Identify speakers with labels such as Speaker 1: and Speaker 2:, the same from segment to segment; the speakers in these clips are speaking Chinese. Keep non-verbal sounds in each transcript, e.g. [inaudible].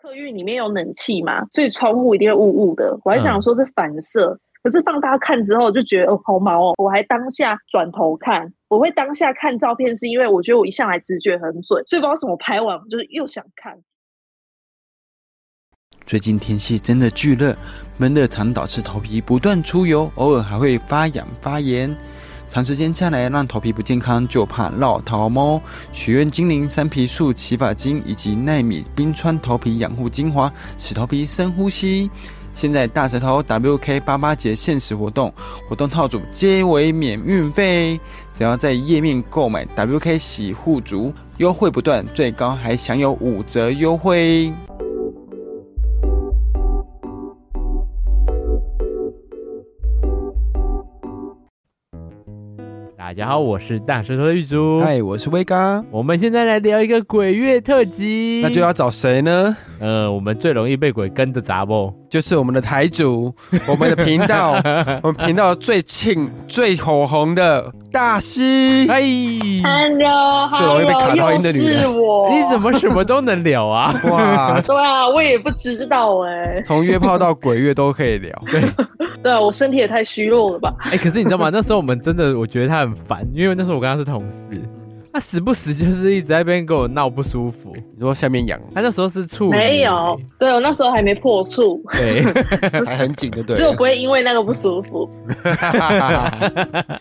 Speaker 1: 客运里面有冷气嘛，所以窗户一定会雾雾的。我还
Speaker 2: 嗯
Speaker 1: 想说是反射，可是放大看之后就觉得哦好毛哦，我还当下转头看。我会当下看照片，是因为我觉得我一向来直觉很准，所以不知道为什么拍完我就是又想看。
Speaker 3: 最近天气真的巨热，闷热常导致头皮不断出油，偶尔还会发痒发炎。长时间下来让头皮不健康，就怕落头毛。许愿精灵、山皮树洗发精以及奈米冰川头皮养护精华，使头皮深呼吸。现在大舌头 WK 八八节限时活动，活动套组皆为免运费，只要在页面购买 WK 洗护足，优惠不断，最高还享有五折优惠。
Speaker 4: 大家好，我是大舌头的玉竹。
Speaker 2: 嗨，我是威哥，
Speaker 4: 我们现在来聊一个鬼月特辑。
Speaker 2: 那就要找谁呢？
Speaker 4: 呃，我们最容易被鬼跟的杂 [laughs] 不？
Speaker 2: 就是我们的台主，我们的频
Speaker 4: [laughs]
Speaker 2: 道，我们频道最庆最火红的大西。
Speaker 4: 哎，
Speaker 2: 最嗯容易被卡到
Speaker 1: Hello，Hello，
Speaker 2: 音的
Speaker 1: 又
Speaker 2: 女人
Speaker 1: 是
Speaker 2: [laughs]
Speaker 1: 我。
Speaker 4: 你怎么什么都能聊啊？
Speaker 2: 哇，
Speaker 1: 对啊，我也不知道哎、
Speaker 2: 从约炮到鬼月都可以聊。
Speaker 1: 对啊，我身体也太虚弱了吧？
Speaker 4: [laughs] 哎、可是你知 [laughs] 道吗？那时候我们真的，我觉得他很烦，因为那时候我跟他是同事， [laughs] 他时不时就是一直在那边跟我闹不舒服。
Speaker 2: 你说下面痒
Speaker 4: 他那时候是处女
Speaker 1: 没有，对我那时候还没破处， [laughs]
Speaker 4: 对，
Speaker 2: [laughs] 还很紧的，对
Speaker 1: 所以我不会因为那个不舒服。
Speaker 2: 了。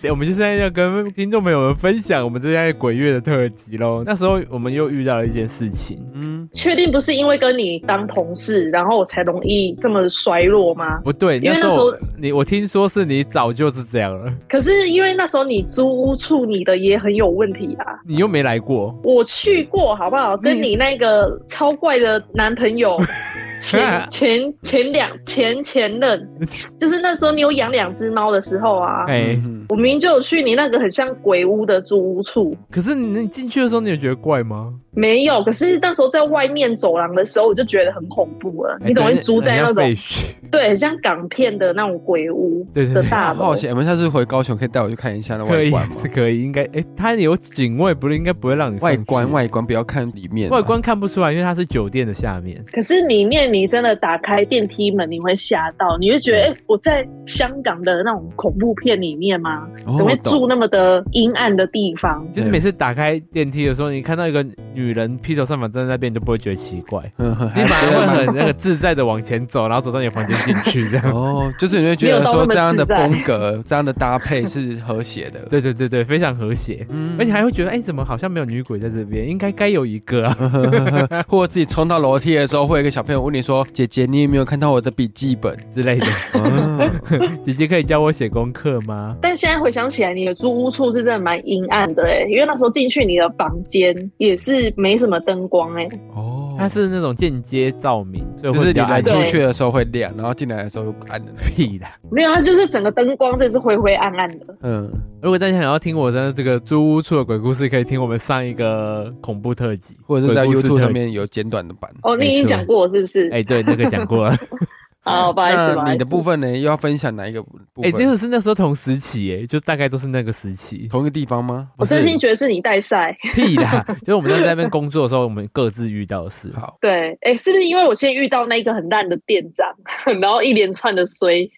Speaker 4: 我们就现在要跟听众朋友们分享我们这在鬼月的特辑喽。那时候我们又遇到了一件事情，
Speaker 2: 嗯，
Speaker 1: 确定不是因为跟你当同事，然后我才容易这么衰弱吗？
Speaker 4: 不对，
Speaker 1: 因为
Speaker 4: 时
Speaker 1: 那时候
Speaker 4: 候你我听说是你早就是这样了，
Speaker 1: 可是因为那时候你租屋处你的也很有问题啊。
Speaker 4: 你又没来过。
Speaker 1: [laughs] 我去过，好不好？跟你那个超怪的男朋
Speaker 4: [laughs]
Speaker 1: 友前前前两前前任，就是那时候你有养两只猫的时候啊，
Speaker 4: 哎、
Speaker 2: 嗯
Speaker 1: 我明明就有去你那个很像鬼屋的租屋处。
Speaker 4: 可是你你进去的时候，你有觉得怪吗？
Speaker 1: 没有，可是那时候在外面走廊的时候，我就觉得很恐怖了。你怎么会租在那
Speaker 4: 哎很像
Speaker 1: 种
Speaker 4: 废墟？
Speaker 1: 对，很像港片的那种鬼屋
Speaker 4: 对对
Speaker 1: 的
Speaker 4: 对
Speaker 1: 大楼
Speaker 2: 嗯好？险，我们下次回高雄可以带我去看一下那
Speaker 4: 可
Speaker 2: 外
Speaker 4: 以
Speaker 2: 观吗？
Speaker 4: 是可以，应该哎、它有警卫，不是应该不会让你上
Speaker 2: 外
Speaker 4: 去
Speaker 2: 观外观，不要看里面啊。
Speaker 4: 外观看不出来，因为它是酒店的下面。
Speaker 1: 可是里面你真的打开电梯门，你会吓到，你会
Speaker 4: 嗯
Speaker 1: 觉得，哎、我在香港的那种恐怖片里面吗？
Speaker 2: 哦
Speaker 1: 怎么会
Speaker 2: 我懂
Speaker 1: 住那么的阴暗的地方？
Speaker 4: 就是
Speaker 2: 对
Speaker 4: 每次打开电梯的时候，你看到一个女人披头散发站在那边，你就不会觉得奇怪，
Speaker 2: 嗯哼
Speaker 4: 你
Speaker 2: 还
Speaker 4: 反而
Speaker 2: 觉得蛮
Speaker 4: 会很那个自在的往前走，然后走到你的房间进
Speaker 2: [laughs]
Speaker 4: 去这样。
Speaker 2: 哦，就是你会觉
Speaker 1: 没
Speaker 2: 得
Speaker 1: 有到
Speaker 2: 说
Speaker 1: 那么
Speaker 2: 这样的
Speaker 1: 自在
Speaker 2: 风格、这样的搭配是和谐的。
Speaker 4: 对对对对，非常和谐，
Speaker 2: 嗯
Speaker 4: 而且还会觉得，哎、怎么好像没有女鬼在这边？应该该有一个
Speaker 2: [laughs]
Speaker 4: 啊。
Speaker 2: 或者自己冲到楼梯的时候，会有一个小朋友问你说：“姐姐，你有没有看到我的笔记本？”
Speaker 4: 之类的。
Speaker 2: 嗯，
Speaker 4: 姐姐可以教我写功课吗？
Speaker 1: 但现在回想起来，你的租屋处是真的蛮阴暗的哎、因为那时候进去你的房间也是没什么灯光哎、
Speaker 2: 哦
Speaker 4: 它是那种间接照明，所以
Speaker 2: 就
Speaker 4: 会
Speaker 2: 是
Speaker 4: 啊比
Speaker 2: 你
Speaker 4: 较
Speaker 2: 来
Speaker 4: 安
Speaker 2: 出
Speaker 4: 静。
Speaker 2: 去的时候会亮，然后进来的时候又暗的。
Speaker 4: 屁啦！
Speaker 1: 没有，它啊就是整个灯光这是灰灰暗暗的。
Speaker 2: 嗯，
Speaker 4: 如果大家想要听我的这个租屋处的鬼故事，可以听我们上一个恐怖特辑，
Speaker 2: 或者是在
Speaker 4: 鬼故事
Speaker 2: YouTube
Speaker 4: 特
Speaker 2: 上
Speaker 4: 辑。
Speaker 2: 面有简短的版。
Speaker 1: 哦，你已经
Speaker 4: 没错
Speaker 1: 讲过是不是？
Speaker 4: 哎、对，那个讲
Speaker 2: [laughs]
Speaker 4: 过了。
Speaker 1: 好，不好意思，不好意
Speaker 2: 那你
Speaker 1: 思
Speaker 2: 的部分呢？又要分享哪一个部
Speaker 4: 哎、那
Speaker 2: 分？
Speaker 4: 个是那时候同时期，哎，就大概都是那个
Speaker 2: [laughs]
Speaker 4: 时期。
Speaker 2: 同一个地方吗？
Speaker 1: 我
Speaker 4: 不是
Speaker 1: 真心觉得是你带赛。
Speaker 4: 屁啦，就是我们在那边工作的时候，我们各自遇到的
Speaker 2: [laughs]
Speaker 4: 事。
Speaker 2: 好
Speaker 1: 对，哎、是不是因为我先遇到那个很烂的店长， [laughs] 然后一连串的衰？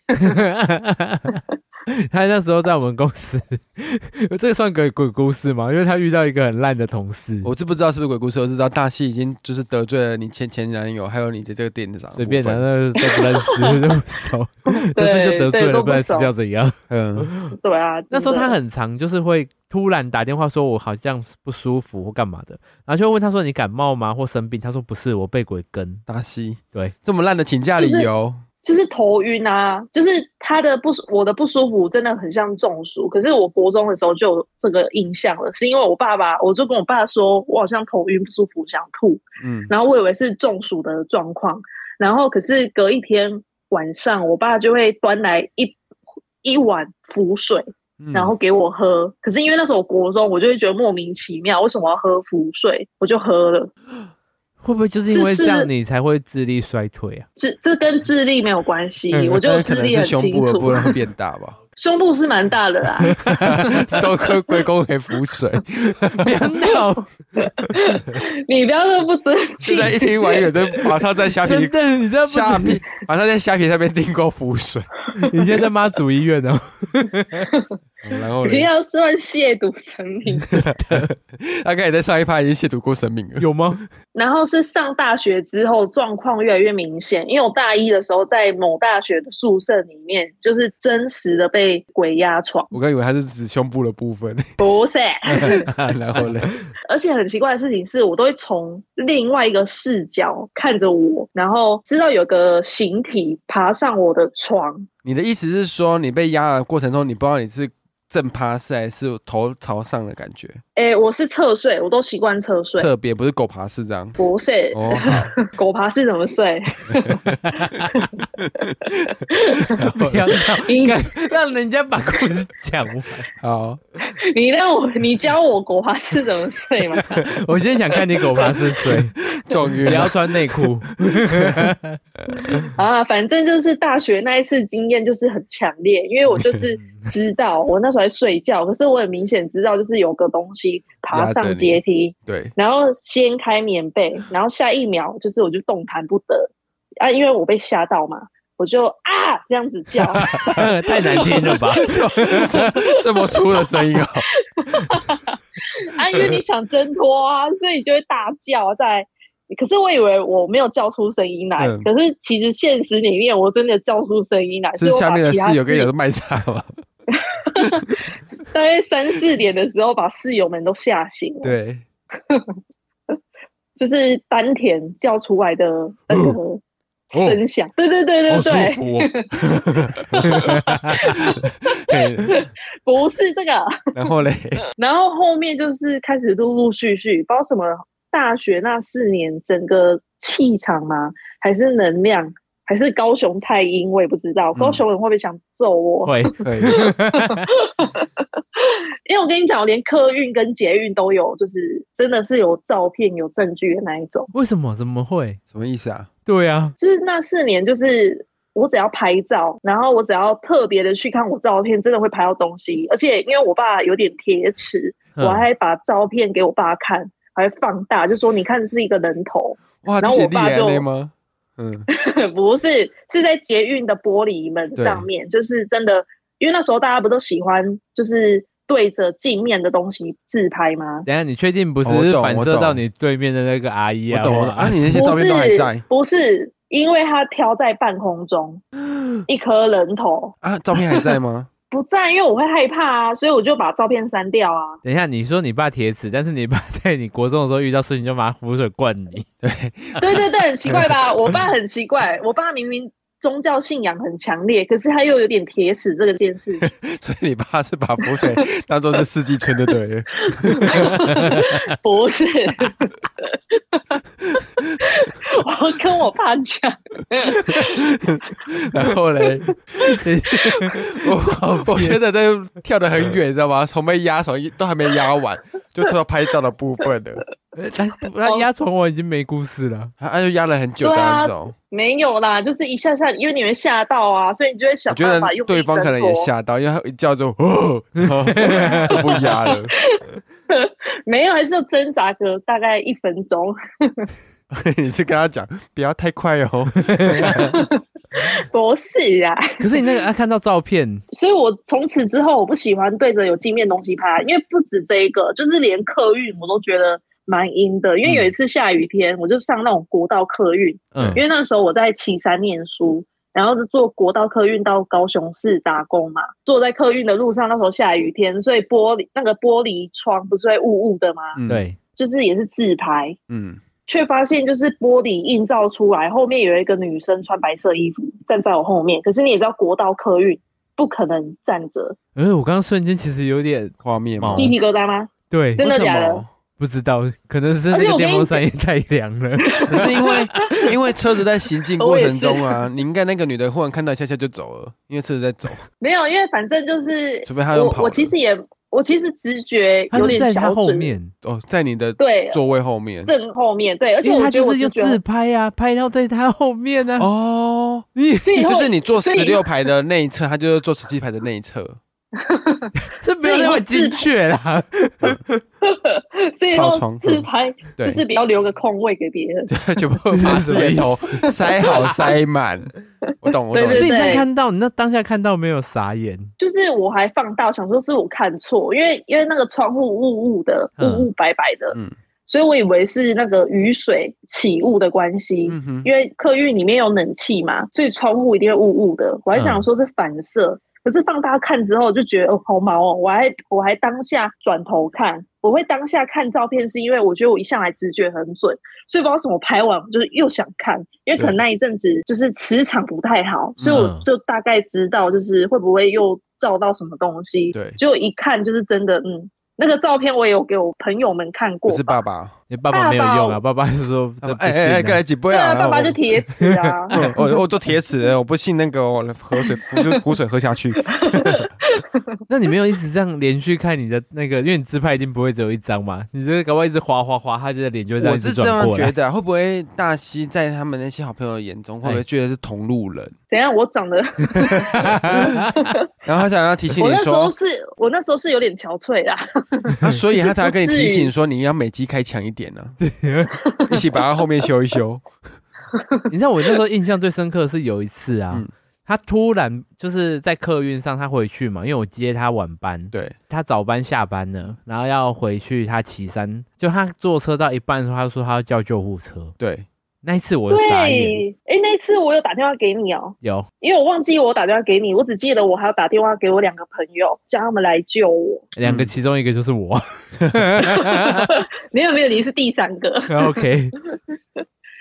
Speaker 4: 他那时候在我们公司， [laughs] 这个算鬼鬼故事吗？因为他遇到一个很烂的同事，
Speaker 2: 我是不知道是不是鬼故事，我只知道大西已经就是得罪了你前前男友，还有你的这个店长。
Speaker 4: 随便的，啊那都不认
Speaker 2: [laughs]
Speaker 4: 识，都不熟，这就
Speaker 1: 对
Speaker 4: 得罪
Speaker 1: 对，
Speaker 4: 了，
Speaker 1: 都
Speaker 4: 不
Speaker 1: 不
Speaker 4: 然是
Speaker 1: 熟
Speaker 4: 这。样怎样？
Speaker 2: 嗯，
Speaker 1: 对啊，
Speaker 4: 那时候
Speaker 1: 真的
Speaker 4: 他很常就是会突然打电话说，我好像不舒服或干嘛的，然后就会问他说你感冒吗或生病？他说不是，我被鬼跟。
Speaker 2: 大西，
Speaker 4: 对，
Speaker 2: 这么烂的请假理由，
Speaker 1: 就是头晕啊，就是他的不舒我的不舒服真的很像中暑。可是我国中的时候就有这个印象了，是因为我爸爸，我就跟我爸说，我好像头晕不舒服，想吐，
Speaker 2: 嗯，
Speaker 1: 然后我以为是中暑的状况，然后可是隔一天晚上，我爸就会端来一一碗浮水，
Speaker 2: 嗯
Speaker 1: 然后给我喝。可是因为那时候我国中，我就会觉得莫名其妙，为什么要喝浮水？我就喝了。
Speaker 4: 会不会就是因
Speaker 1: 是
Speaker 4: 为这
Speaker 1: 是
Speaker 4: 样你才会智力衰退啊？
Speaker 1: 这这跟智力没有关系，
Speaker 4: 嗯
Speaker 1: 我觉得
Speaker 2: 但
Speaker 1: 我
Speaker 2: 是
Speaker 1: 智
Speaker 2: 可能
Speaker 1: 力
Speaker 2: 是
Speaker 1: 很
Speaker 2: 胸
Speaker 1: 清
Speaker 2: 部的
Speaker 1: 楚
Speaker 2: 部。分会变大吧。
Speaker 1: [laughs] 胸部是蛮大的啦，
Speaker 2: [laughs] 都归归功于浮水。
Speaker 4: [laughs] 不要闹，
Speaker 1: [laughs] 你不要那么不争气
Speaker 2: 现。在一听完以后，就马上在虾
Speaker 4: 真
Speaker 2: 皮
Speaker 4: 的，你这
Speaker 2: 虾
Speaker 4: 不
Speaker 2: 皮，马上在虾皮上面订购浮水，
Speaker 4: 你现在在妈祖医院哦，
Speaker 2: 然后
Speaker 1: 不
Speaker 2: 呢，
Speaker 1: 要算亵渎神明。 [laughs]
Speaker 2: 大概也在上一趴已经亵渎过神明了。
Speaker 4: 有吗？
Speaker 1: 然后是上大学之后状况越来越明显，因为我大一的时候在某大学的宿舍里面，就是真实的被鬼压床，
Speaker 2: 我刚以为他是指胸部的部分，
Speaker 1: 不是。 [laughs]
Speaker 2: 然后呢，
Speaker 1: 而且很奇怪的事情是我都会从另外一个视角看着我，然后知道有个形体爬上我的床，
Speaker 2: 你的意思是说，你被压的过程中，你不知道你是正趴式还是头朝上的感觉，
Speaker 1: 诶，我是侧睡，我都习惯侧睡。
Speaker 2: 侧边不是狗爬式这样。
Speaker 1: 不是、
Speaker 2: 哦，好，
Speaker 1: [laughs] 狗爬是怎么睡？
Speaker 4: 不要闹，
Speaker 1: 你
Speaker 4: 干让人家把故事讲完。
Speaker 2: 好，
Speaker 1: [laughs] 你让我你教我狗爬是怎么睡
Speaker 2: [laughs]
Speaker 1: 吗？
Speaker 4: 我今天想看你狗爬是谁，
Speaker 2: 终于
Speaker 4: 不要
Speaker 2: 了，
Speaker 4: 穿内裤。
Speaker 1: 啊，反正就是大学那一次经验就是很强烈，因为我就是知道我那时候还睡觉，可是我很明显知道就是有个东西爬
Speaker 2: 压着
Speaker 1: 上
Speaker 2: 你
Speaker 1: 阶梯，
Speaker 2: 对，
Speaker 1: 然后掀开棉被，然后下一秒就是我就动弹不得啊，因为我被吓到嘛，我就啊这样子
Speaker 2: [laughs]
Speaker 1: 叫，
Speaker 4: 太难听了吧？
Speaker 2: 这么粗的声音哦，
Speaker 1: [laughs] 啊，因为你想挣脱啊，所以你就会大叫啊，在。可是我以为我没有叫出声音来，
Speaker 2: 嗯
Speaker 1: 可是其实现实里面我真的叫出声音来，所
Speaker 2: 是
Speaker 1: 以我
Speaker 2: 下
Speaker 1: 把
Speaker 2: 面的
Speaker 1: 其他
Speaker 2: 室友
Speaker 1: 室
Speaker 2: 跟有的卖差吗？
Speaker 1: 大概三四点的时候把室友们都吓醒了，
Speaker 2: 对，
Speaker 1: 就是丹田叫出来的那个声响，对对 [laughs] 对对
Speaker 2: 好舒
Speaker 1: 对，
Speaker 2: 哦服哦。
Speaker 1: 不是这个。
Speaker 2: 然后嘞，
Speaker 1: 然后后面就是开始陆陆续续，不知道什么大学那四年整个气场吗？还是能量？还是高雄太阴？我也不知道，高雄人会不会想揍我？
Speaker 4: 嗯会，
Speaker 2: 对，
Speaker 1: 因为我跟你讲，我连客运跟捷运都有，就是真的是有照片、有证据的那一种。
Speaker 4: 为什么？怎么会？
Speaker 2: 什么意思啊？
Speaker 4: 对啊，
Speaker 1: 就是那四年，就是我只要拍照，然后我只要特别的去看我照片，真的会拍到东西。而且因为我爸有点铁齿，
Speaker 4: 嗯
Speaker 1: 我还把照片给我爸看，还放大，就说你看是一个人头，
Speaker 2: 哇，这
Speaker 1: 然后
Speaker 2: 些
Speaker 1: 我
Speaker 2: 厉
Speaker 1: 爸
Speaker 2: 害
Speaker 1: 就
Speaker 2: 的吗？嗯，
Speaker 1: [laughs] 不是是在捷运的玻璃门上面，就是真的，因为那时候大家不都喜欢就是对着镜面的东西自拍吗？
Speaker 4: 等一下你确定不
Speaker 2: 哦我
Speaker 4: 是
Speaker 2: 懂
Speaker 4: 反
Speaker 2: 我
Speaker 4: 射
Speaker 2: 懂
Speaker 4: 到你对面的那个阿姨
Speaker 2: 我
Speaker 4: 啊？
Speaker 2: 懂了啊，你那些
Speaker 1: 不
Speaker 2: 照片
Speaker 1: 是
Speaker 2: 都还在
Speaker 1: 不是，因为它飘在半空
Speaker 2: [gasps]
Speaker 1: 中，一颗人头。
Speaker 2: 啊？照片还在吗？ [laughs]
Speaker 1: 不在，因为我会害怕啊，所以我就把照片删掉啊。
Speaker 4: 等一下，你说你爸铁齿，但是你爸在你国中的时候遇到事情就拿符水灌你，
Speaker 1: 对对对，很奇怪吧？我爸很奇怪，我爸明明宗教信仰很强烈，可是他又有点铁齿这个件事情。
Speaker 2: 所以你爸是把浮水 [laughs] 当做是四季春的，对了，
Speaker 1: 不
Speaker 2: [laughs]
Speaker 1: 是， [laughs] 我跟我爸讲，
Speaker 2: 然后嘞，我我觉得这跳得很远，你知道吗？从被压床都还没压完，就跳到拍照的部分了，
Speaker 4: 呃但那压床我已经没故事了。
Speaker 2: 他他就压了很久这样子哦。
Speaker 1: 没有啦，就是一下下，因为你们吓到啊，所以你就会
Speaker 2: 我
Speaker 1: 想
Speaker 2: 觉
Speaker 1: 办
Speaker 2: 得
Speaker 1: 法用
Speaker 2: 对方可能也
Speaker 1: 力挣脱。
Speaker 2: 吓到，因为他一叫就哦，然后 [laughs] 就不压了。
Speaker 1: 没有，还是要挣扎个大概一分钟，
Speaker 2: [laughs] 你是跟他讲不要太快哦，
Speaker 1: 不是啊。
Speaker 4: 可是你那个啊，看到照片，
Speaker 1: 所以我从此之后，我不喜欢对着有镜面东西拍，因为不止这一个，就是连客运我都觉得蛮阴的。因为有一次下雨天，我就上那种国道客运，
Speaker 4: 嗯
Speaker 1: 因为那时候我在岐山念书，然后就坐国道客运到高雄市打工嘛。坐在客运的路上，那时候下雨天，所以玻璃那个玻璃窗不是会雾雾的吗？
Speaker 2: 嗯，
Speaker 4: 对，
Speaker 1: 就是也是自拍，
Speaker 2: 嗯，
Speaker 1: 却发现就是玻璃映照出来，后面有一个女生穿白色衣服站在我后面。可是你也知道，国道客运不可能站着，
Speaker 4: 因呃为我刚刚瞬间其实有点
Speaker 2: 画面嘛
Speaker 4: 毛，
Speaker 1: 鸡皮疙瘩吗？
Speaker 4: 对，
Speaker 1: 真的
Speaker 2: 为什
Speaker 1: 假的
Speaker 2: 么？
Speaker 4: 不知道，可能是那
Speaker 1: 而且
Speaker 4: 个
Speaker 1: 我跟
Speaker 4: 电
Speaker 1: 你
Speaker 4: 风
Speaker 1: 讲
Speaker 4: 扇也太凉了。
Speaker 2: 可是因为因为车子在行进过
Speaker 1: 我也
Speaker 2: 程中啊，你应该那个女的忽然看到一下下就走了，因为车子在走，
Speaker 1: 没有，因为反正就是，
Speaker 2: 除非他用跑
Speaker 1: 我我
Speaker 2: 的
Speaker 1: 其实也我其实直觉
Speaker 4: 他
Speaker 1: 有
Speaker 4: 是
Speaker 1: 点
Speaker 4: 在
Speaker 1: 小
Speaker 4: 他后
Speaker 1: 准，
Speaker 4: 面，
Speaker 2: 哦，在你的
Speaker 1: 对，
Speaker 2: 座位后面
Speaker 1: 正后面对，而且
Speaker 4: 因为
Speaker 1: 我
Speaker 4: 他
Speaker 1: 觉得
Speaker 4: 就
Speaker 1: 我
Speaker 4: 是
Speaker 1: 直
Speaker 4: 用
Speaker 1: 觉
Speaker 4: 自拍啊，拍到在他后面呢、
Speaker 2: 哦。
Speaker 4: 啊。
Speaker 2: 哦，
Speaker 4: 你
Speaker 1: 所以以后
Speaker 2: 就是你做
Speaker 1: 所以
Speaker 2: 十六排的那一侧，它就是做十七排的那一侧。
Speaker 4: 这没有那么精确啦。
Speaker 1: 所以要
Speaker 2: 靠窗
Speaker 1: 自拍
Speaker 2: 对
Speaker 1: 就是不要留个空位给别人。
Speaker 2: [laughs] 全部把四人
Speaker 4: [laughs]
Speaker 2: 头塞好塞满。我懂，我懂。
Speaker 1: 对
Speaker 4: 自
Speaker 1: 对
Speaker 4: 己
Speaker 1: 对
Speaker 4: 在看到，你那当下看到没有傻
Speaker 2: 嗯
Speaker 4: 眼？
Speaker 1: 就是我还放大，想说是我看错，因为因为那个窗户雾雾的，雾
Speaker 4: 嗯
Speaker 1: 雾白白的，
Speaker 2: 嗯
Speaker 1: 所以我以为是那个雨水起雾的关系。
Speaker 2: 嗯哼，
Speaker 1: 因为客运里面有冷气嘛，所以窗户一定会雾雾的。我还
Speaker 2: 嗯
Speaker 1: 想说是反射，可是放大看之后就觉得哦好毛哦，我还我还当下转头看，我会当下看照片，是因为我觉得我一向来直觉很准，所以不知道为什么拍完就是又想看，因为可能那一阵子就是磁场不太好，所以我就大概知道就是会不会又照到什么东西。
Speaker 2: 嗯对
Speaker 1: 结果一看就是真的，嗯。那个照片我也有给我朋友们看过
Speaker 2: 不，是爸爸，
Speaker 4: 你爸爸没有用啊，爸爸是说
Speaker 2: 他
Speaker 4: 这
Speaker 2: 说
Speaker 4: 不
Speaker 2: 哎哎哎，
Speaker 4: 行
Speaker 2: 过
Speaker 4: 啊
Speaker 2: 来几杯
Speaker 1: 对啊，
Speaker 2: 啊！
Speaker 1: 爸
Speaker 2: [laughs]
Speaker 1: 爸就铁齿啊，
Speaker 4: [laughs]
Speaker 2: 嗯我我做铁齿的，我不信那个哦我河水湖就湖水喝下
Speaker 4: [laughs]
Speaker 2: 去。
Speaker 4: 那你没有一直这样连续看你的那个，因为你自拍一定不会只有一张嘛，你这搞不好一直滑滑滑，他的脸就会这样
Speaker 2: 我
Speaker 4: 一直
Speaker 2: 是这样
Speaker 4: 转过
Speaker 2: 觉
Speaker 4: 来。
Speaker 2: 得啊，会不会大西在他们那些好朋友的眼中，会不
Speaker 4: 哎
Speaker 2: 会觉得是同路人？
Speaker 1: 怎样？我长得
Speaker 2: 然后他想要提醒
Speaker 1: 我
Speaker 2: 你
Speaker 1: 那时候
Speaker 2: 说，
Speaker 1: 是我那时候是有点憔悴啦，
Speaker 2: 啊所以他才要跟你
Speaker 1: 不至于
Speaker 2: 提醒说，你要美肌开强一点
Speaker 4: [laughs]
Speaker 2: 呢，一起把他后面修一修。
Speaker 4: [laughs] 你知道我那时候印象最深刻的是有一次啊
Speaker 2: 嗯，
Speaker 4: 他突然就是在客运上，他回去嘛，因为我接他晚班，
Speaker 2: 对，嗯
Speaker 4: 他早班下班了，然后要回去他岐山，就他坐车到一半的时候，他说他要叫救护车。
Speaker 1: [laughs]
Speaker 2: 对，
Speaker 4: 那一次 [laughs] 我
Speaker 1: 对，
Speaker 4: 傻眼，
Speaker 1: 哎、那次我有打电话给你哦、
Speaker 4: 有
Speaker 1: 因为我忘记我打电话给你，我只记得我还要打电话给我两个朋友，叫他们来救我。
Speaker 4: 两个，其中一个就是我。 [laughs]
Speaker 1: 没有没有，你是第三个。
Speaker 4: OK，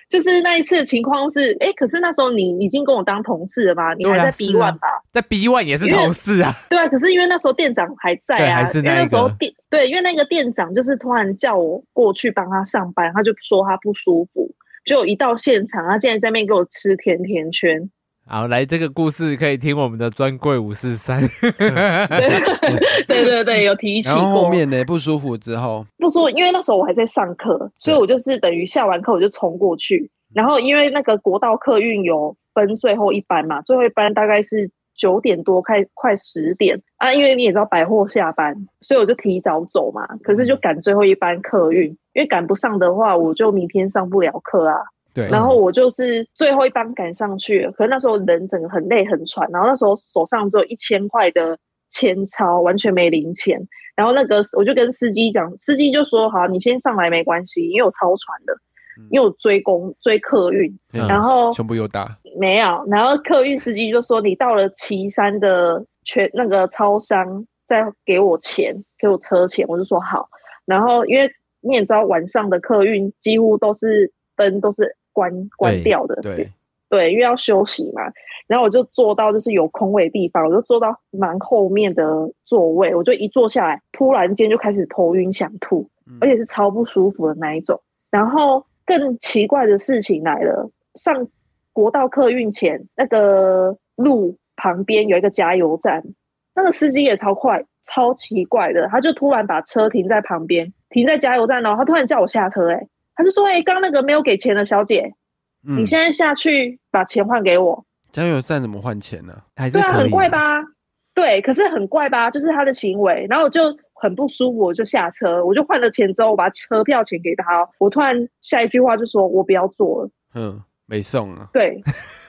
Speaker 1: 就是那一次的情况是，哎、可是那时候你已经跟我当同事了吧？你还
Speaker 4: 对啊
Speaker 1: 在
Speaker 4: 是
Speaker 1: B one
Speaker 4: 啊
Speaker 1: 吧？
Speaker 4: 在 B One 也是同事啊，
Speaker 1: 对啊，可是因为那时候店长还在
Speaker 4: 对
Speaker 1: 啊，
Speaker 4: 还是
Speaker 1: 因为
Speaker 4: 那一
Speaker 1: 那时候
Speaker 4: 个
Speaker 1: 店对，因为那个店长就是突然叫我过去帮他上班，他就说他不舒服，结果一到现场，他竟然在那边给我吃甜甜圈。
Speaker 4: 好，来这个故事可以听我们的专柜五四三。 [laughs]
Speaker 2: [laughs]
Speaker 1: 对对对对，有提起
Speaker 2: 然后
Speaker 1: 过
Speaker 2: 后。面呢不舒服之后，
Speaker 1: 不说，因为那时候我还在上课，所以我就是等于下完课我就冲过去。然后因为那个国道客运有分最后一班嘛，最后一班大概是九点多开，快十点啊。因为你也知道百货下班，所以我就提早走嘛。可是就赶最后一班客运，因为赶不上的话，我就明天上不了课啊。
Speaker 2: 对，
Speaker 1: 然后我就是最后一班赶上去了，可是那时候人整个很累很喘，然后那时候手上只有一千块的钱钞，完全没零钱。然后那个我就跟司机讲，司机就说：“好，你先上来没关系，因为我超喘的，因为我追工追客运，
Speaker 2: 嗯
Speaker 1: 然后
Speaker 2: 胸部又大，
Speaker 1: 没有。然后客运司机就说：你到了岐山的全那个超商，再给我钱，给我车钱。我就说好。然后因为你也知道，晚上的客运几乎都是灯都是关关掉的，
Speaker 2: 对，
Speaker 1: 对，因为要休息嘛。然后我就坐到就是有空位的地方，我就坐到蛮后面的座位，我就一坐下来，突然间就开始头晕想吐，
Speaker 2: 嗯
Speaker 1: 而且是超不舒服的那一种。然后更奇怪的事情来了，上国道客运前那个路旁边有一个加油站，那个司机也超快，超奇怪的，他就突然把车停在旁边，停在加油站哦，他突然叫我下车、欸，哎，他就说，哎、刚刚那个没有给钱的小姐，
Speaker 2: 嗯
Speaker 1: 你现在下去把钱换给我。
Speaker 2: 加油站怎么换钱呢、
Speaker 4: 还是
Speaker 1: 对啊，
Speaker 4: 可
Speaker 1: 很
Speaker 4: 以
Speaker 1: 怪
Speaker 4: 的？
Speaker 1: 吧？对，可是很怪吧？就是他的行为，然后我就很不舒服，我就下车，我就换了钱之后，我把车票钱给他哦。我突然下一句话就说：“我不要做了。
Speaker 2: 嗯，没送啊”。
Speaker 4: [laughs]
Speaker 1: 对，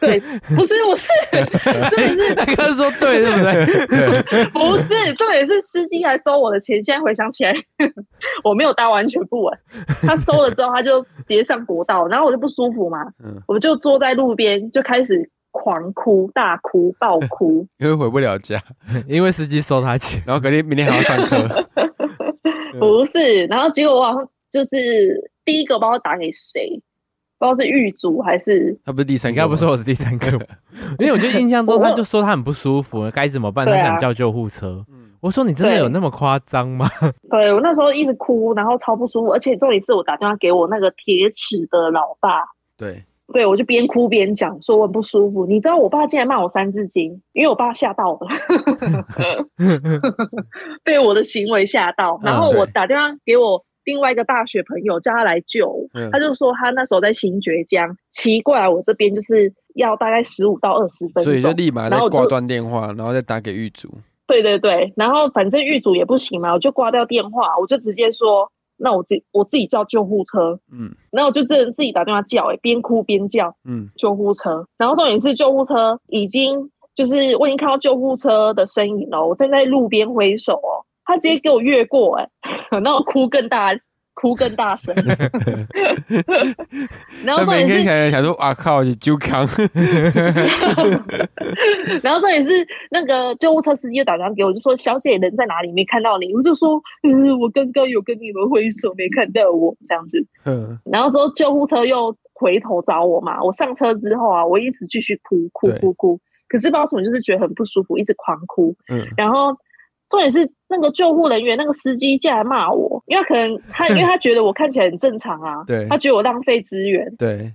Speaker 1: 对，不是， [laughs] 我是，重点是
Speaker 4: 他刚刚说对，对不对？
Speaker 1: 不是，重点是司机还收我的钱。现在回想起来， [laughs] 我没有搭完全不稳。他收了之后，他就直接上国道，然后我就不舒服嘛，
Speaker 2: 嗯，
Speaker 1: 我就坐在路边就开始狂哭、大哭、爆哭。
Speaker 2: 因为回不了家，
Speaker 4: 因为司机收他 [laughs] 钱，
Speaker 2: 然后隔天明天还要上课。
Speaker 1: [laughs]
Speaker 2: [laughs] 嗯
Speaker 1: 不是，然后结果我好像就是第一个，不知道打给谁，不知道是狱卒还是
Speaker 2: 他不是第三
Speaker 4: 你
Speaker 2: 个
Speaker 4: 刚
Speaker 2: 吗，
Speaker 4: 不说我是第三个吗， [laughs] 因为我就印象中
Speaker 1: 我
Speaker 4: 他就说他很不舒服，该怎么办？他
Speaker 1: 对啊
Speaker 4: 想叫救护车。
Speaker 2: 嗯
Speaker 4: 我说你真的
Speaker 1: 对
Speaker 4: 有那么夸张吗？
Speaker 1: 对我那时候一直哭，然后超不舒服，而且重点是我打电话给我那个铁齿的老爸，
Speaker 2: 对，
Speaker 1: 对我就边哭边讲，说我很不舒服。你知道我爸竟然骂我三字经，因为我爸吓到了，
Speaker 2: [laughs]
Speaker 1: [laughs] 被我的行为吓到。然后
Speaker 2: 嗯对
Speaker 1: 我打电话给我另外一个大学朋友叫他来救我，
Speaker 2: 嗯
Speaker 1: 他就说他那时候在新觉江，奇怪，我这边就是要大概十五到二十分
Speaker 2: 所以就
Speaker 1: 钟，
Speaker 2: 立马再
Speaker 1: 然后我就
Speaker 2: 挂断电话，然后再打给狱卒。
Speaker 1: 对对对，然后反正狱主也不行嘛，我就挂掉电话，我就直接说，那我自我自己叫救护车，
Speaker 2: 嗯
Speaker 1: 然后我就真的自己打电话叫、欸，边哭边叫
Speaker 2: 嗯，
Speaker 1: 救护车，然后重点是救护车已经就是我已经看到救护车的身影了，我站在路边挥手哦，他直接给我越过、欸， [laughs] 哎，然后哭更大，哭更大
Speaker 2: [laughs]
Speaker 1: 声，然后
Speaker 2: 那
Speaker 1: 重
Speaker 2: 每
Speaker 1: 点
Speaker 2: 天
Speaker 1: 是
Speaker 2: 可能想说，啊靠，你
Speaker 1: [laughs]
Speaker 2: 就扛。
Speaker 1: 然后这也是那个救护车司机就打电话给我，就说：“小姐人在哪里？没看到你。”我就说：“嗯，我刚刚有跟你们挥手，没看到我这样子。
Speaker 2: 嗯”
Speaker 1: 然后之后救护车又回头找我嘛。我上车之后啊，我一直继续哭哭
Speaker 2: 对
Speaker 1: 哭哭，可是不知道为什么就是觉得很不舒服，一直狂哭。
Speaker 2: 嗯，
Speaker 1: 然后重点是那个救护人员那个司机竟然骂我，因为他可能他因为他觉得我看起来很正常啊，
Speaker 2: 对
Speaker 1: 他觉得我浪费资源，
Speaker 2: 对，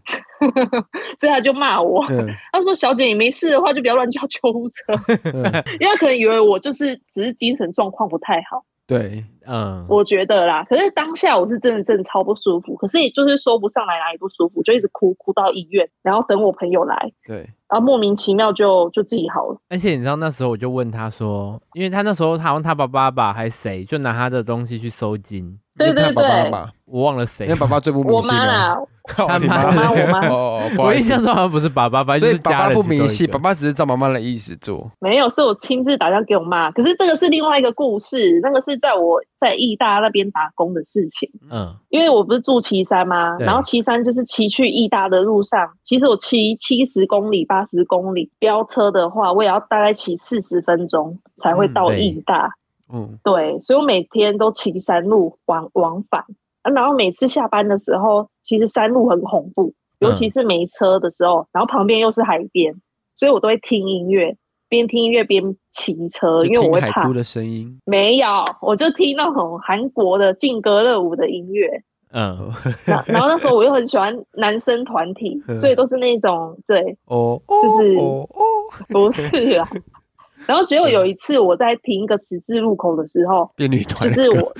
Speaker 1: 所以他就骂我。
Speaker 2: 嗯
Speaker 1: 他说：“小姐，你没事的话就不要乱叫救护车。” [laughs]
Speaker 2: 嗯，
Speaker 1: 因为他可能以为我就是只是精神状况不太好，
Speaker 2: 对，啊
Speaker 4: 嗯，
Speaker 1: 我觉得啦。可是当下我是真的真的超不舒服，可是也就是说不上来哪里不舒服，就一直哭哭到医院，然后等我朋友来，
Speaker 2: 对，
Speaker 1: 然后莫名其妙就就自己好了。
Speaker 4: 而且你知道那时候我就问他说，因为他那时候他好像他爸爸吧还是谁，就拿他的东西去收金，
Speaker 1: 对
Speaker 2: 因为
Speaker 1: 对
Speaker 2: 他
Speaker 1: 对，
Speaker 2: 爸爸吧，
Speaker 4: 我忘了
Speaker 2: 因
Speaker 4: 谁
Speaker 2: 为，爸爸最不迷
Speaker 1: 我
Speaker 2: 信
Speaker 1: 妈
Speaker 2: 了。
Speaker 1: 啦，
Speaker 2: [laughs] 靠
Speaker 4: 他
Speaker 2: 你
Speaker 4: 妈
Speaker 1: 我妈我妈
Speaker 2: [laughs] 哦，哦不好
Speaker 4: [laughs] 我
Speaker 2: 意
Speaker 4: 印
Speaker 2: 思
Speaker 4: 象中好像不是爸爸，反正
Speaker 2: 所
Speaker 4: 就
Speaker 2: 以
Speaker 4: 是家
Speaker 2: 爸爸
Speaker 4: 人
Speaker 2: 不
Speaker 4: 其中
Speaker 2: 迷
Speaker 4: 一
Speaker 2: 信，
Speaker 4: 个
Speaker 2: 爸爸只是照妈妈的意思做。
Speaker 1: 没有，是我亲自打电话给我妈。可是这个是另外一个故事，那个是在我在义大那边打工的事情。
Speaker 4: 嗯
Speaker 1: 因为我不是住岐山吗？
Speaker 4: 对
Speaker 1: 然后岐山就是骑去义大的路上，其实我骑七十公里、八十公里，飙车的话，我也要大概骑四十分钟才会
Speaker 4: 嗯
Speaker 1: 到
Speaker 4: 对
Speaker 1: 义大。
Speaker 2: 嗯，
Speaker 1: 对，所以我每天都骑山路往往返、啊然后每次下班的时候，其实山路很恐怖，尤
Speaker 2: 嗯
Speaker 1: 其是没车的时候，然后旁边又是海边，所以我都会听音乐，边听音乐边骑车，
Speaker 2: 就
Speaker 1: 呃因为我
Speaker 2: 听
Speaker 1: 会
Speaker 2: 海
Speaker 1: 怕
Speaker 2: 哭。的声音。
Speaker 1: 没有，我就听那种韩国的劲歌热舞的音乐。
Speaker 4: 嗯，
Speaker 1: 然然 [laughs] 后那时候我又很喜欢男生团体
Speaker 2: [laughs] ，嗯
Speaker 1: 所以都是那种
Speaker 2: [laughs]
Speaker 1: 对，
Speaker 2: 哦，
Speaker 1: 就是
Speaker 2: 哦哦哦，
Speaker 1: 不是啦。然后结果
Speaker 2: 嗯
Speaker 1: 有一次我在停一个十字路口的时候，
Speaker 2: 变女团
Speaker 1: 就
Speaker 2: 了
Speaker 1: 是我，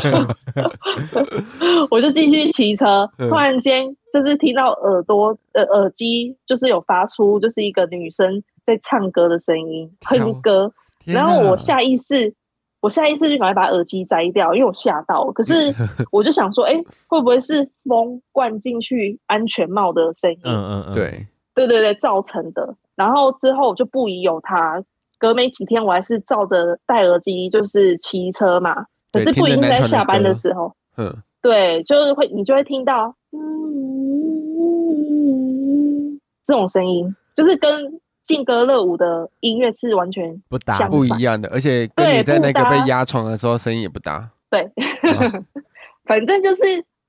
Speaker 2: [laughs]
Speaker 1: 我 [laughs] 就继续骑车，
Speaker 2: 嗯
Speaker 1: 突然间就是听到耳朵呃耳机就是有发出就是一个女生在唱歌的声音，
Speaker 2: 天啊
Speaker 1: 哼歌，
Speaker 2: 天
Speaker 1: 然后
Speaker 2: 哪
Speaker 1: 我下意识，我下意识就赶快把耳机摘掉，因为我吓到了。可是我就想说，哎、会不会是风灌进去安全帽的声音？
Speaker 4: 嗯嗯嗯，，
Speaker 2: 对，
Speaker 1: 对对对，造成的。然后之后我就不疑有他，隔没几天我还是照着戴耳机就是骑车嘛，可
Speaker 2: 对
Speaker 1: 是不一
Speaker 2: 听
Speaker 1: 定
Speaker 2: 着男
Speaker 1: 在
Speaker 2: 团的
Speaker 1: 下班
Speaker 2: 歌
Speaker 1: 的时候，
Speaker 2: 嗯，
Speaker 1: 对，就是会你就会听到嗯这种声音，就是跟劲歌热舞的音乐是完全
Speaker 4: 不打
Speaker 1: 像
Speaker 2: 不一样的，而且跟
Speaker 1: 对
Speaker 2: 你在那个
Speaker 1: 不搭
Speaker 2: 被压床的时候声音也不搭。
Speaker 1: 对，
Speaker 2: 啊
Speaker 1: [laughs] 反正就是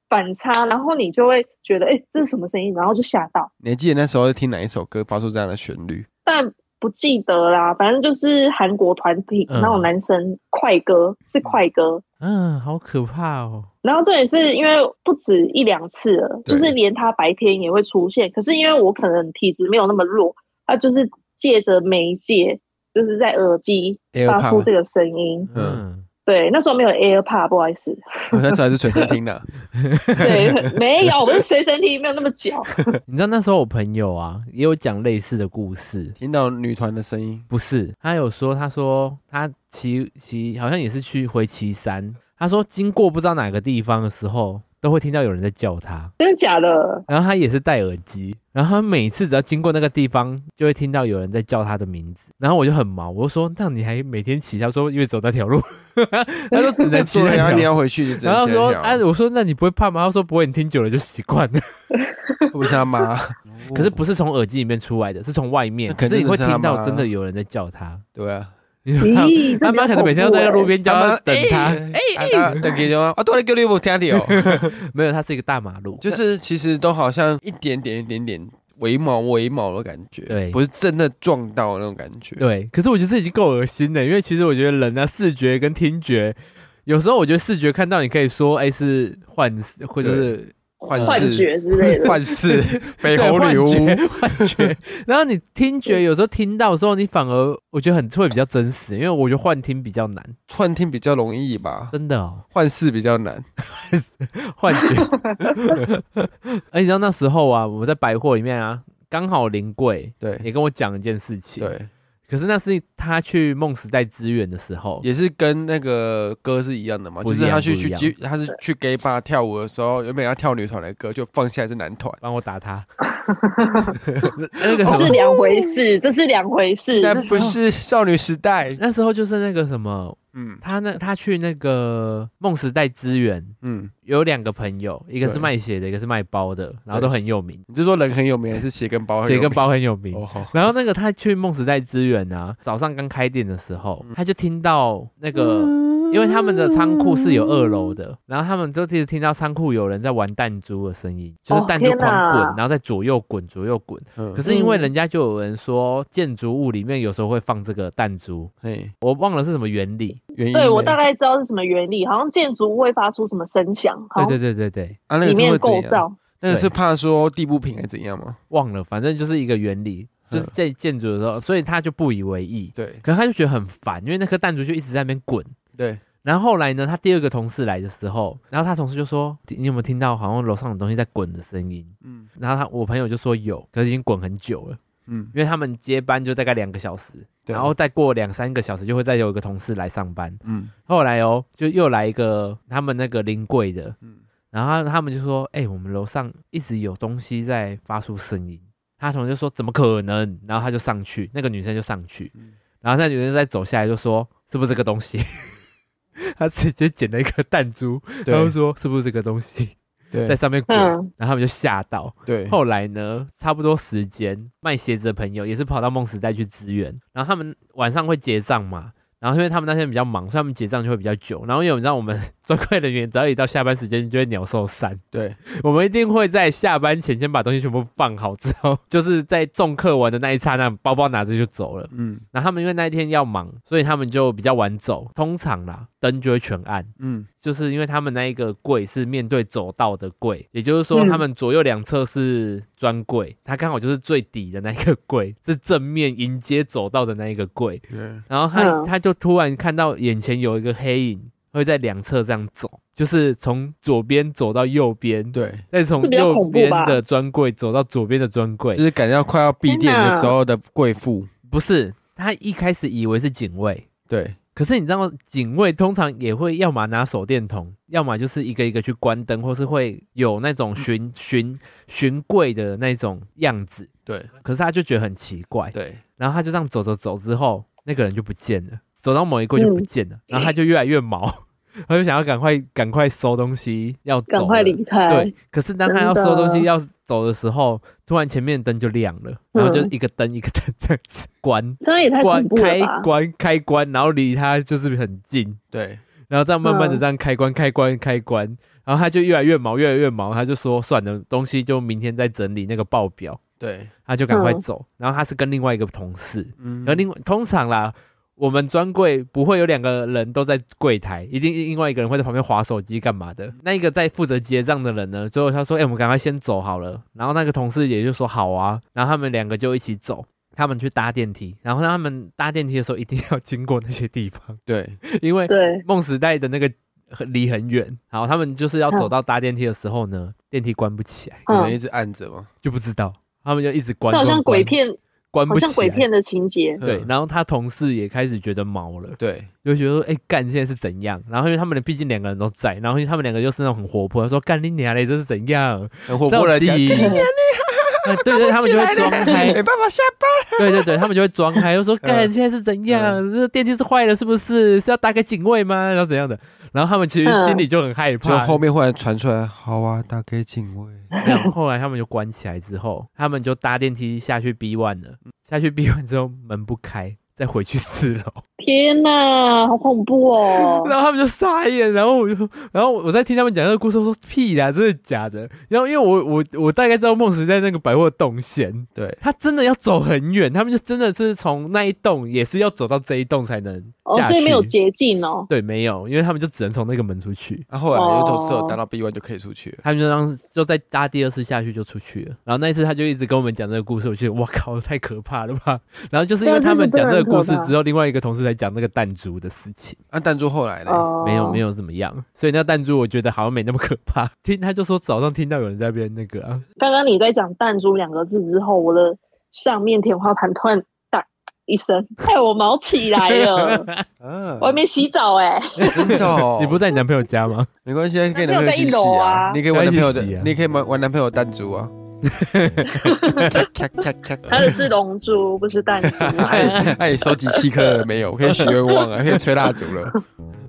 Speaker 1: 反差，然后你就会觉得，哎、这是什么声音？然后就吓到，
Speaker 2: 你还记得那时候听哪一首歌发出这样的旋律？
Speaker 1: 但不记得啦。反正就是韩国团体、
Speaker 4: 嗯
Speaker 1: 那种男生快歌，是快歌。
Speaker 4: 嗯，好可怕哦，
Speaker 1: 然后重点是因为不止一两次了，
Speaker 2: 对
Speaker 1: 就是连他白天也会出现。可是因为我可能体质没有那么弱，他就是借着媒介，就是在耳机
Speaker 2: AirPod
Speaker 1: 发出这个声音。
Speaker 4: 嗯，
Speaker 1: 对，那时候没有 AirPod，不好意思。
Speaker 2: 我那时候还是随身听的。 [laughs]
Speaker 1: 对，没有，我是随身听，没有那么久。
Speaker 4: 嗯你知道那时候我朋友啊也有讲类似的故事，
Speaker 2: 听到女团的声音，
Speaker 4: 不是，他有说，他说他骑骑好像也是去回岐山，他说经过不知道哪个地方的时候，都会听到有人在叫他，
Speaker 1: 真的假的？
Speaker 4: 然后他也是戴耳机，然后他每次只要经过那个地方，就会听到有人在叫他的名字，然后我就很毛，我就说那你还每天骑？他说因为走那条路， [laughs] 他说只能骑
Speaker 2: 对然
Speaker 4: 那条
Speaker 2: 后你要
Speaker 4: 路。
Speaker 2: 回去就只
Speaker 4: 然
Speaker 2: 能
Speaker 4: 后
Speaker 2: 先
Speaker 4: 他说：“
Speaker 2: 聊
Speaker 4: 啊，我说那你不会怕吗？”他说：“不会，你听久了就习惯了。
Speaker 2: 会不是他妈？
Speaker 4: 可是不是从耳机里面出来的，是从外面
Speaker 2: 那，
Speaker 4: 可
Speaker 2: 肯
Speaker 4: 是
Speaker 2: 定
Speaker 4: 你会
Speaker 2: 是他妈
Speaker 4: 听到真的有人在叫
Speaker 2: [laughs]
Speaker 4: 他。
Speaker 2: 对啊，
Speaker 4: 你知道吗
Speaker 1: 咦，
Speaker 4: 他妈可能每天都
Speaker 1: 在
Speaker 4: 待在路，边叫，
Speaker 2: 然
Speaker 4: 他
Speaker 2: 后
Speaker 4: 等他。
Speaker 2: 哎哎，等给我啊，多了给你不听到哦，
Speaker 4: 没有，它是一个大马路，
Speaker 2: 就是其实都好像一点点一点点微毛微毛的感觉，
Speaker 4: 对
Speaker 2: 不是真的撞到那种感觉，
Speaker 4: [laughs] 对。可是我觉得这已经够恶心了，因为其实我觉得人啊，视觉跟听觉，有时候我觉得视觉看到你可以说，哎，是幻视或者是
Speaker 2: 幻
Speaker 1: 幻
Speaker 2: 视、
Speaker 1: 觉之类
Speaker 4: [laughs]
Speaker 1: 的。
Speaker 2: 幻视、绯
Speaker 4: 对
Speaker 2: 红女
Speaker 4: 幻
Speaker 2: 巫，
Speaker 4: 觉，幻觉。然后你听觉有时候听到的时候，你反而我觉得很会比较真实，因为我觉得幻听比较难，
Speaker 2: 幻听比较容易吧，
Speaker 4: 真的哦，
Speaker 2: 幻视比较难。
Speaker 4: 幻觉。
Speaker 2: [laughs]
Speaker 4: 而且你知道那时候啊，我在百货里面啊，刚好临柜，
Speaker 2: 对
Speaker 4: 也跟我讲一件事情，，
Speaker 2: 对，
Speaker 4: 可是那是他去梦时代支援的时候，
Speaker 2: 哦也是跟那个歌是一样的嘛，
Speaker 4: 不
Speaker 2: 就
Speaker 4: 一样
Speaker 2: 是他去
Speaker 4: 不一
Speaker 2: 去
Speaker 4: 样
Speaker 2: 去他是去 gay bar 跳舞的时候，原本要跳女团的歌，就放下来是男团。
Speaker 4: 帮我
Speaker 2: [laughs]
Speaker 4: 打他。
Speaker 1: 这
Speaker 4: 那个什
Speaker 1: 哦是
Speaker 4: 么，
Speaker 1: 两回事，这是两回事。
Speaker 2: 那不是少女时代，
Speaker 4: 那时候就是那个什么，
Speaker 2: 嗯
Speaker 4: 他那他去那个梦时代支援，
Speaker 2: 嗯，
Speaker 4: 有两个朋友，一个是
Speaker 2: 对
Speaker 4: 卖鞋的，一个是卖包的，然
Speaker 2: 对
Speaker 4: 后都很有名，
Speaker 2: 你就说人很有名，还是鞋跟包很有
Speaker 4: 鞋
Speaker 2: 名？
Speaker 4: 跟包很有名。
Speaker 2: 哦，好
Speaker 4: 然后那个他去梦时代支援啊，早上刚开店的时候，
Speaker 2: 嗯
Speaker 4: 他就听到那
Speaker 2: 呃
Speaker 4: 个，因为他们的仓库是有二楼
Speaker 1: 嗯
Speaker 4: 的，然后他们就一直听到仓库有人在玩弹珠的声音，就是
Speaker 1: 哦
Speaker 4: 弹珠
Speaker 1: 天
Speaker 4: 狂
Speaker 1: 哪
Speaker 4: 滚，然后再左右滚，左右滚。可
Speaker 2: 嗯，
Speaker 4: 是因为
Speaker 1: 嗯
Speaker 4: 人家就有人说，建筑物里面有时候会放这个弹珠，
Speaker 2: 嘿，
Speaker 4: 我忘了是什么原理。
Speaker 2: 原因
Speaker 1: 对我
Speaker 2: 呢
Speaker 1: 大概知道是什么原理，好像建筑物会发出什么声响，好
Speaker 4: 对
Speaker 1: 像
Speaker 4: 对对对对，
Speaker 2: 啊，那
Speaker 1: 里
Speaker 2: 个是
Speaker 1: 面
Speaker 2: 会
Speaker 1: 构
Speaker 2: 怎样？
Speaker 1: 造。
Speaker 2: 那个是怕说地不平还是怎样吗？
Speaker 4: 忘了，反正就是一个原理，就是
Speaker 2: 嗯
Speaker 4: 在建筑的时候，所以他就不以为意。
Speaker 2: 对
Speaker 4: 可是他就觉得很烦，因为那颗弹珠就一直在那边滚。
Speaker 2: 对，
Speaker 4: 然后后来呢，他第二个同事来的时候，然后他同事就说：“你有没有听到好像楼上有东西在滚的声音
Speaker 2: 嗯？”
Speaker 4: 然后他我朋友就说有，可是已经滚很久了，
Speaker 2: 嗯，
Speaker 4: 因为他们接班就大概两个小时，
Speaker 2: 对啊
Speaker 4: 然后再过两三个小时就会再有一个同事来上班。
Speaker 2: 嗯
Speaker 4: 后来哦，就又来一个他们那个临柜的，
Speaker 2: 嗯
Speaker 4: 然后他他们就说：“哎、我们楼上一直有东西在发出声音。”他同学就说：“怎么可能？”然后他就上去，那个女生就上去，
Speaker 2: 嗯
Speaker 4: 然后那女生再走下来就说：“是不是这个东西？” [laughs] 他直接捡了一颗弹珠， [laughs] 然后
Speaker 2: 对
Speaker 4: 说：“是不是这个东西在
Speaker 2: 对
Speaker 4: 上面滚？”
Speaker 1: 嗯
Speaker 4: 然后他们就吓到。
Speaker 2: 对，
Speaker 4: 后来呢，差不多时间，卖鞋子的朋友也是跑到梦时代去支援，然后他们晚上会结账嘛。然后因为他们那天比较忙，所以他们结账就会比较久。然后因为你知道我们专柜人员，只要一到下班时间，就会鸟兽散。 [laughs]
Speaker 2: 对，
Speaker 4: 我们一定会在下班前先把东西全部放好之后， [laughs] 就是在送客完的那一刹那，包包拿着就走了。
Speaker 2: 嗯
Speaker 4: 然后他们因为那一天要忙，所以他们就比较晚走。通常啦，灯就会全暗，
Speaker 2: 嗯
Speaker 4: 就是因为他们那一个柜是面对走道的柜，也就是说
Speaker 1: 嗯
Speaker 4: 他们左右两侧是专柜，它刚好就是最底的那一个柜，是正面迎接走道的那一个柜。
Speaker 2: 对，
Speaker 4: 然后他、
Speaker 1: 嗯
Speaker 4: 他就突然看到眼前有一个黑影会在两侧这样走，就是从左边走到右边，
Speaker 2: 对，
Speaker 4: 再从
Speaker 1: 这比较
Speaker 4: 右
Speaker 1: 恐怖
Speaker 4: 边
Speaker 1: 吧
Speaker 4: 的专柜走到左边的专
Speaker 2: 就
Speaker 4: 柜，
Speaker 2: 是感觉到快要闭店的时候的贵妇，
Speaker 4: 不是他一开始以为是警卫，
Speaker 2: 对
Speaker 4: 可是你知道，警卫通常也会要么拿手电筒，要么就是一个一个去关灯，或是会有那种
Speaker 1: 嗯
Speaker 4: 巡巡巡柜的那种样子。
Speaker 2: 对
Speaker 4: 可是他就觉得很奇怪，
Speaker 2: 对，
Speaker 4: 然后他就这样走走走之后，那个人就不见了，走到某一柜就不见了，
Speaker 1: 嗯
Speaker 4: 然后他就越来越毛，他就想要赶快赶快收东西要走，
Speaker 1: 赶快离。开
Speaker 4: 对，，可是当他要
Speaker 1: 真
Speaker 4: 收
Speaker 1: 的
Speaker 4: 东西要走的时候，突然前面的灯就亮了，然后就
Speaker 1: 嗯
Speaker 4: 一个灯一个灯这样子关，
Speaker 1: 这样也太
Speaker 4: 关
Speaker 1: 恐怖
Speaker 4: 开
Speaker 1: 了吧！
Speaker 4: 关开关，然后离他就是很近，
Speaker 2: 对
Speaker 4: 然后这样慢慢的
Speaker 1: 嗯
Speaker 4: 这样开关开关开关，然后他就越来越毛，越来越毛，他就说算了，东西就明天再整理那个报表，
Speaker 2: 对，
Speaker 4: 他就赶快
Speaker 1: 嗯
Speaker 4: 走。然后他是跟另外一个同事，
Speaker 2: 嗯
Speaker 4: 而另外通常啦。我们专柜不会有两个人都在柜台，一定另外一个人会在旁边划手机干嘛的。那一个在负责结账的人呢，最后他说：“哎、我们赶快先走好了。”然后那个同事也就说：“好啊。”然后他们两个就一起走，他们去搭电梯。然后他们搭电梯的时候一定要经过那些地方， [laughs]
Speaker 2: 对
Speaker 4: 因为
Speaker 1: 对，
Speaker 4: 梦时代的那个很离很远。然后他们就是要走到搭电梯的时候呢，电梯关不起来，
Speaker 2: 有人一
Speaker 1: 嗯，
Speaker 2: 直按着嘛，
Speaker 4: 就不知道他们就一直关，
Speaker 1: 这好像
Speaker 4: 关关
Speaker 1: 鬼片，
Speaker 4: 关
Speaker 1: 好
Speaker 4: 不起
Speaker 1: 像
Speaker 4: 来。
Speaker 1: 鬼片的情节。
Speaker 4: 对
Speaker 2: 嗯，
Speaker 4: 然后他同事也开始觉得毛了。
Speaker 2: 对
Speaker 4: 就觉得说，哎、干现在是怎样？然后因为他们毕竟两个人都在，然后因为他们两个又是那种很活泼，说干你娘嘞，这是怎样？ [laughs]
Speaker 2: 很活泼
Speaker 4: 到
Speaker 2: 的讲， [laughs] 哎
Speaker 4: 底哎对对，他们就会装嗨，
Speaker 2: 没办法下班，
Speaker 4: 对对对，他们就会装嗨，就说
Speaker 2: 嗯
Speaker 4: 干现在是怎样？这电梯是坏了是不是？是要打给警卫吗？然后怎样的？然后他们其实
Speaker 1: 嗯
Speaker 4: 心里就很害
Speaker 2: 就
Speaker 4: 怕。
Speaker 2: 后面忽然传出来，好啊，打给警卫，
Speaker 4: 然后后来他们就关起来之后，他们就搭电梯下去 B one 了，下去 B one 之后门不开，再回去四楼。
Speaker 1: 天哪，好恐怖
Speaker 4: [laughs]
Speaker 1: 哦！
Speaker 4: 然后他们就傻眼，然后我就，然后我在听他们讲这个故事，我说屁啦，真的假的？然后因为我我我大概知道梦时代那个百货动线，
Speaker 2: 对，
Speaker 4: 他真的要走很远，他们就真的是从那一栋也是要走到这一栋才能
Speaker 1: 哦，
Speaker 4: 下
Speaker 1: 所以没有
Speaker 4: 去
Speaker 1: 捷径哦。
Speaker 4: 对，没有，因为他们就只能从那个门出去，
Speaker 2: 然后后来有一种室友搭到 B one 就可以出去了。
Speaker 4: 他们就当时就再搭第二次下去就出去了。然后那一次他就一直跟我们讲这个故事，我觉得哇靠，太可怕了吧。然后就是因为
Speaker 1: 对啊
Speaker 4: 他们
Speaker 1: 这个
Speaker 4: 讲
Speaker 1: 真
Speaker 4: 这
Speaker 1: 的
Speaker 4: 个故
Speaker 1: 很
Speaker 4: 事
Speaker 1: 可怕
Speaker 4: 之后，另外一个同事才讲那个弹珠的事情。
Speaker 2: 那弹珠后来呢？
Speaker 1: 哦，
Speaker 4: 没有没有怎么样，所以那弹珠我觉得好像没那么可怕。听他就说早上听到有人在那边那个啊，
Speaker 1: 刚刚你在讲“弹珠”两个字之后，我的上面天花板突然“哒”一声， [laughs] 害我毛起来
Speaker 4: [laughs]，
Speaker 1: 了。
Speaker 2: 啊
Speaker 1: 我还没洗澡哎、
Speaker 2: 真的哦
Speaker 4: 你不在你男朋友家吗？
Speaker 2: 没关系，可以
Speaker 1: 男朋友
Speaker 2: 男朋友
Speaker 1: 在
Speaker 2: 去
Speaker 1: 一
Speaker 2: 洗
Speaker 1: 楼
Speaker 2: 啊
Speaker 1: 啊，
Speaker 2: 你可以玩男朋友的
Speaker 4: 他在一起洗啊，
Speaker 2: 你可以玩玩男朋友的弹珠啊。咔咔咔咔
Speaker 1: 它的是龙珠，不是弹
Speaker 4: [laughs]
Speaker 1: 珠。
Speaker 2: 哎哎，收集七颗了没有？可以许愿望啊 [laughs] 了，可以吹蜡烛了。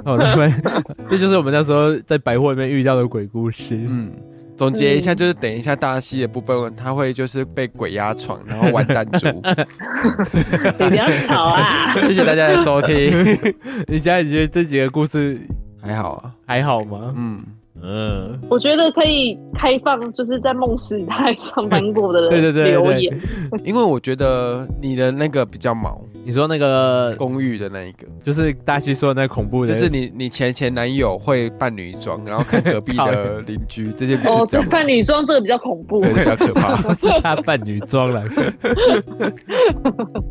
Speaker 4: 好了，没哦这就是我们那时候在百货里面遇到的鬼故事。
Speaker 2: 嗯，总结一下就是，等一下大戏的部分，他会就是被鬼压床，然后玩弹
Speaker 4: [laughs]
Speaker 2: 珠。
Speaker 1: 你不要吵啊！
Speaker 2: 谢谢大家的收
Speaker 4: [laughs]
Speaker 2: 听，
Speaker 4: [laughs] 你家里觉得这几个故事
Speaker 2: 还好啊，
Speaker 4: 还好吗？
Speaker 2: 嗯，
Speaker 4: 嗯，
Speaker 1: 我觉得可以开放，就是在梦时代上班过的人
Speaker 4: 对对对对
Speaker 1: 留言，
Speaker 2: 因为我觉得你的那个比较毛，
Speaker 4: 你说那个
Speaker 2: 公寓的那一个，
Speaker 4: 就是大西说的那恐怖的，
Speaker 2: 就是你你前前男友会扮女装，然后看隔壁
Speaker 4: 靠
Speaker 2: 的邻居，这些不是
Speaker 1: 哦
Speaker 2: 比较，毛
Speaker 1: 扮女装这个比较恐
Speaker 4: [laughs]
Speaker 1: 怖。
Speaker 2: 对比较可怕。
Speaker 4: [laughs] 是他扮女装来，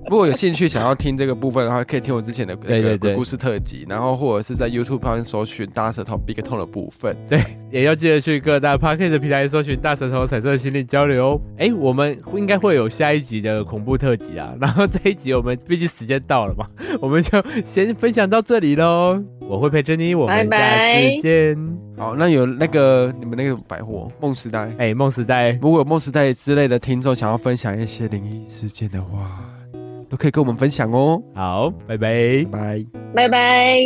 Speaker 2: 如果有兴趣想要听这个部分的话，可以听我之前的那
Speaker 4: 对对
Speaker 2: 个
Speaker 4: 对
Speaker 2: 鬼故事特辑，然后或者是在 YouTube 上面搜寻大舌头 Big 痛的部分。
Speaker 4: 对，也要记得去各大 p a r k e t 平台搜寻“大舌头彩色心灵交流”哦。哎，我们应该会有下一集的恐怖特辑啊。 [laughs] 然后这一集我们毕竟时间到了嘛， [laughs] 我们就先分享到这里喽。我会陪着你，我们
Speaker 1: 拜
Speaker 4: 下
Speaker 1: 拜
Speaker 4: 次见。
Speaker 2: 好，那有那个你们那个百货梦时代，
Speaker 4: 哎，梦时代，
Speaker 2: 如果有梦时代之类的听众想要分享一些灵异事件的话，都可以跟我们分享哦。
Speaker 4: 好，拜拜。
Speaker 2: 拜。
Speaker 1: 拜拜。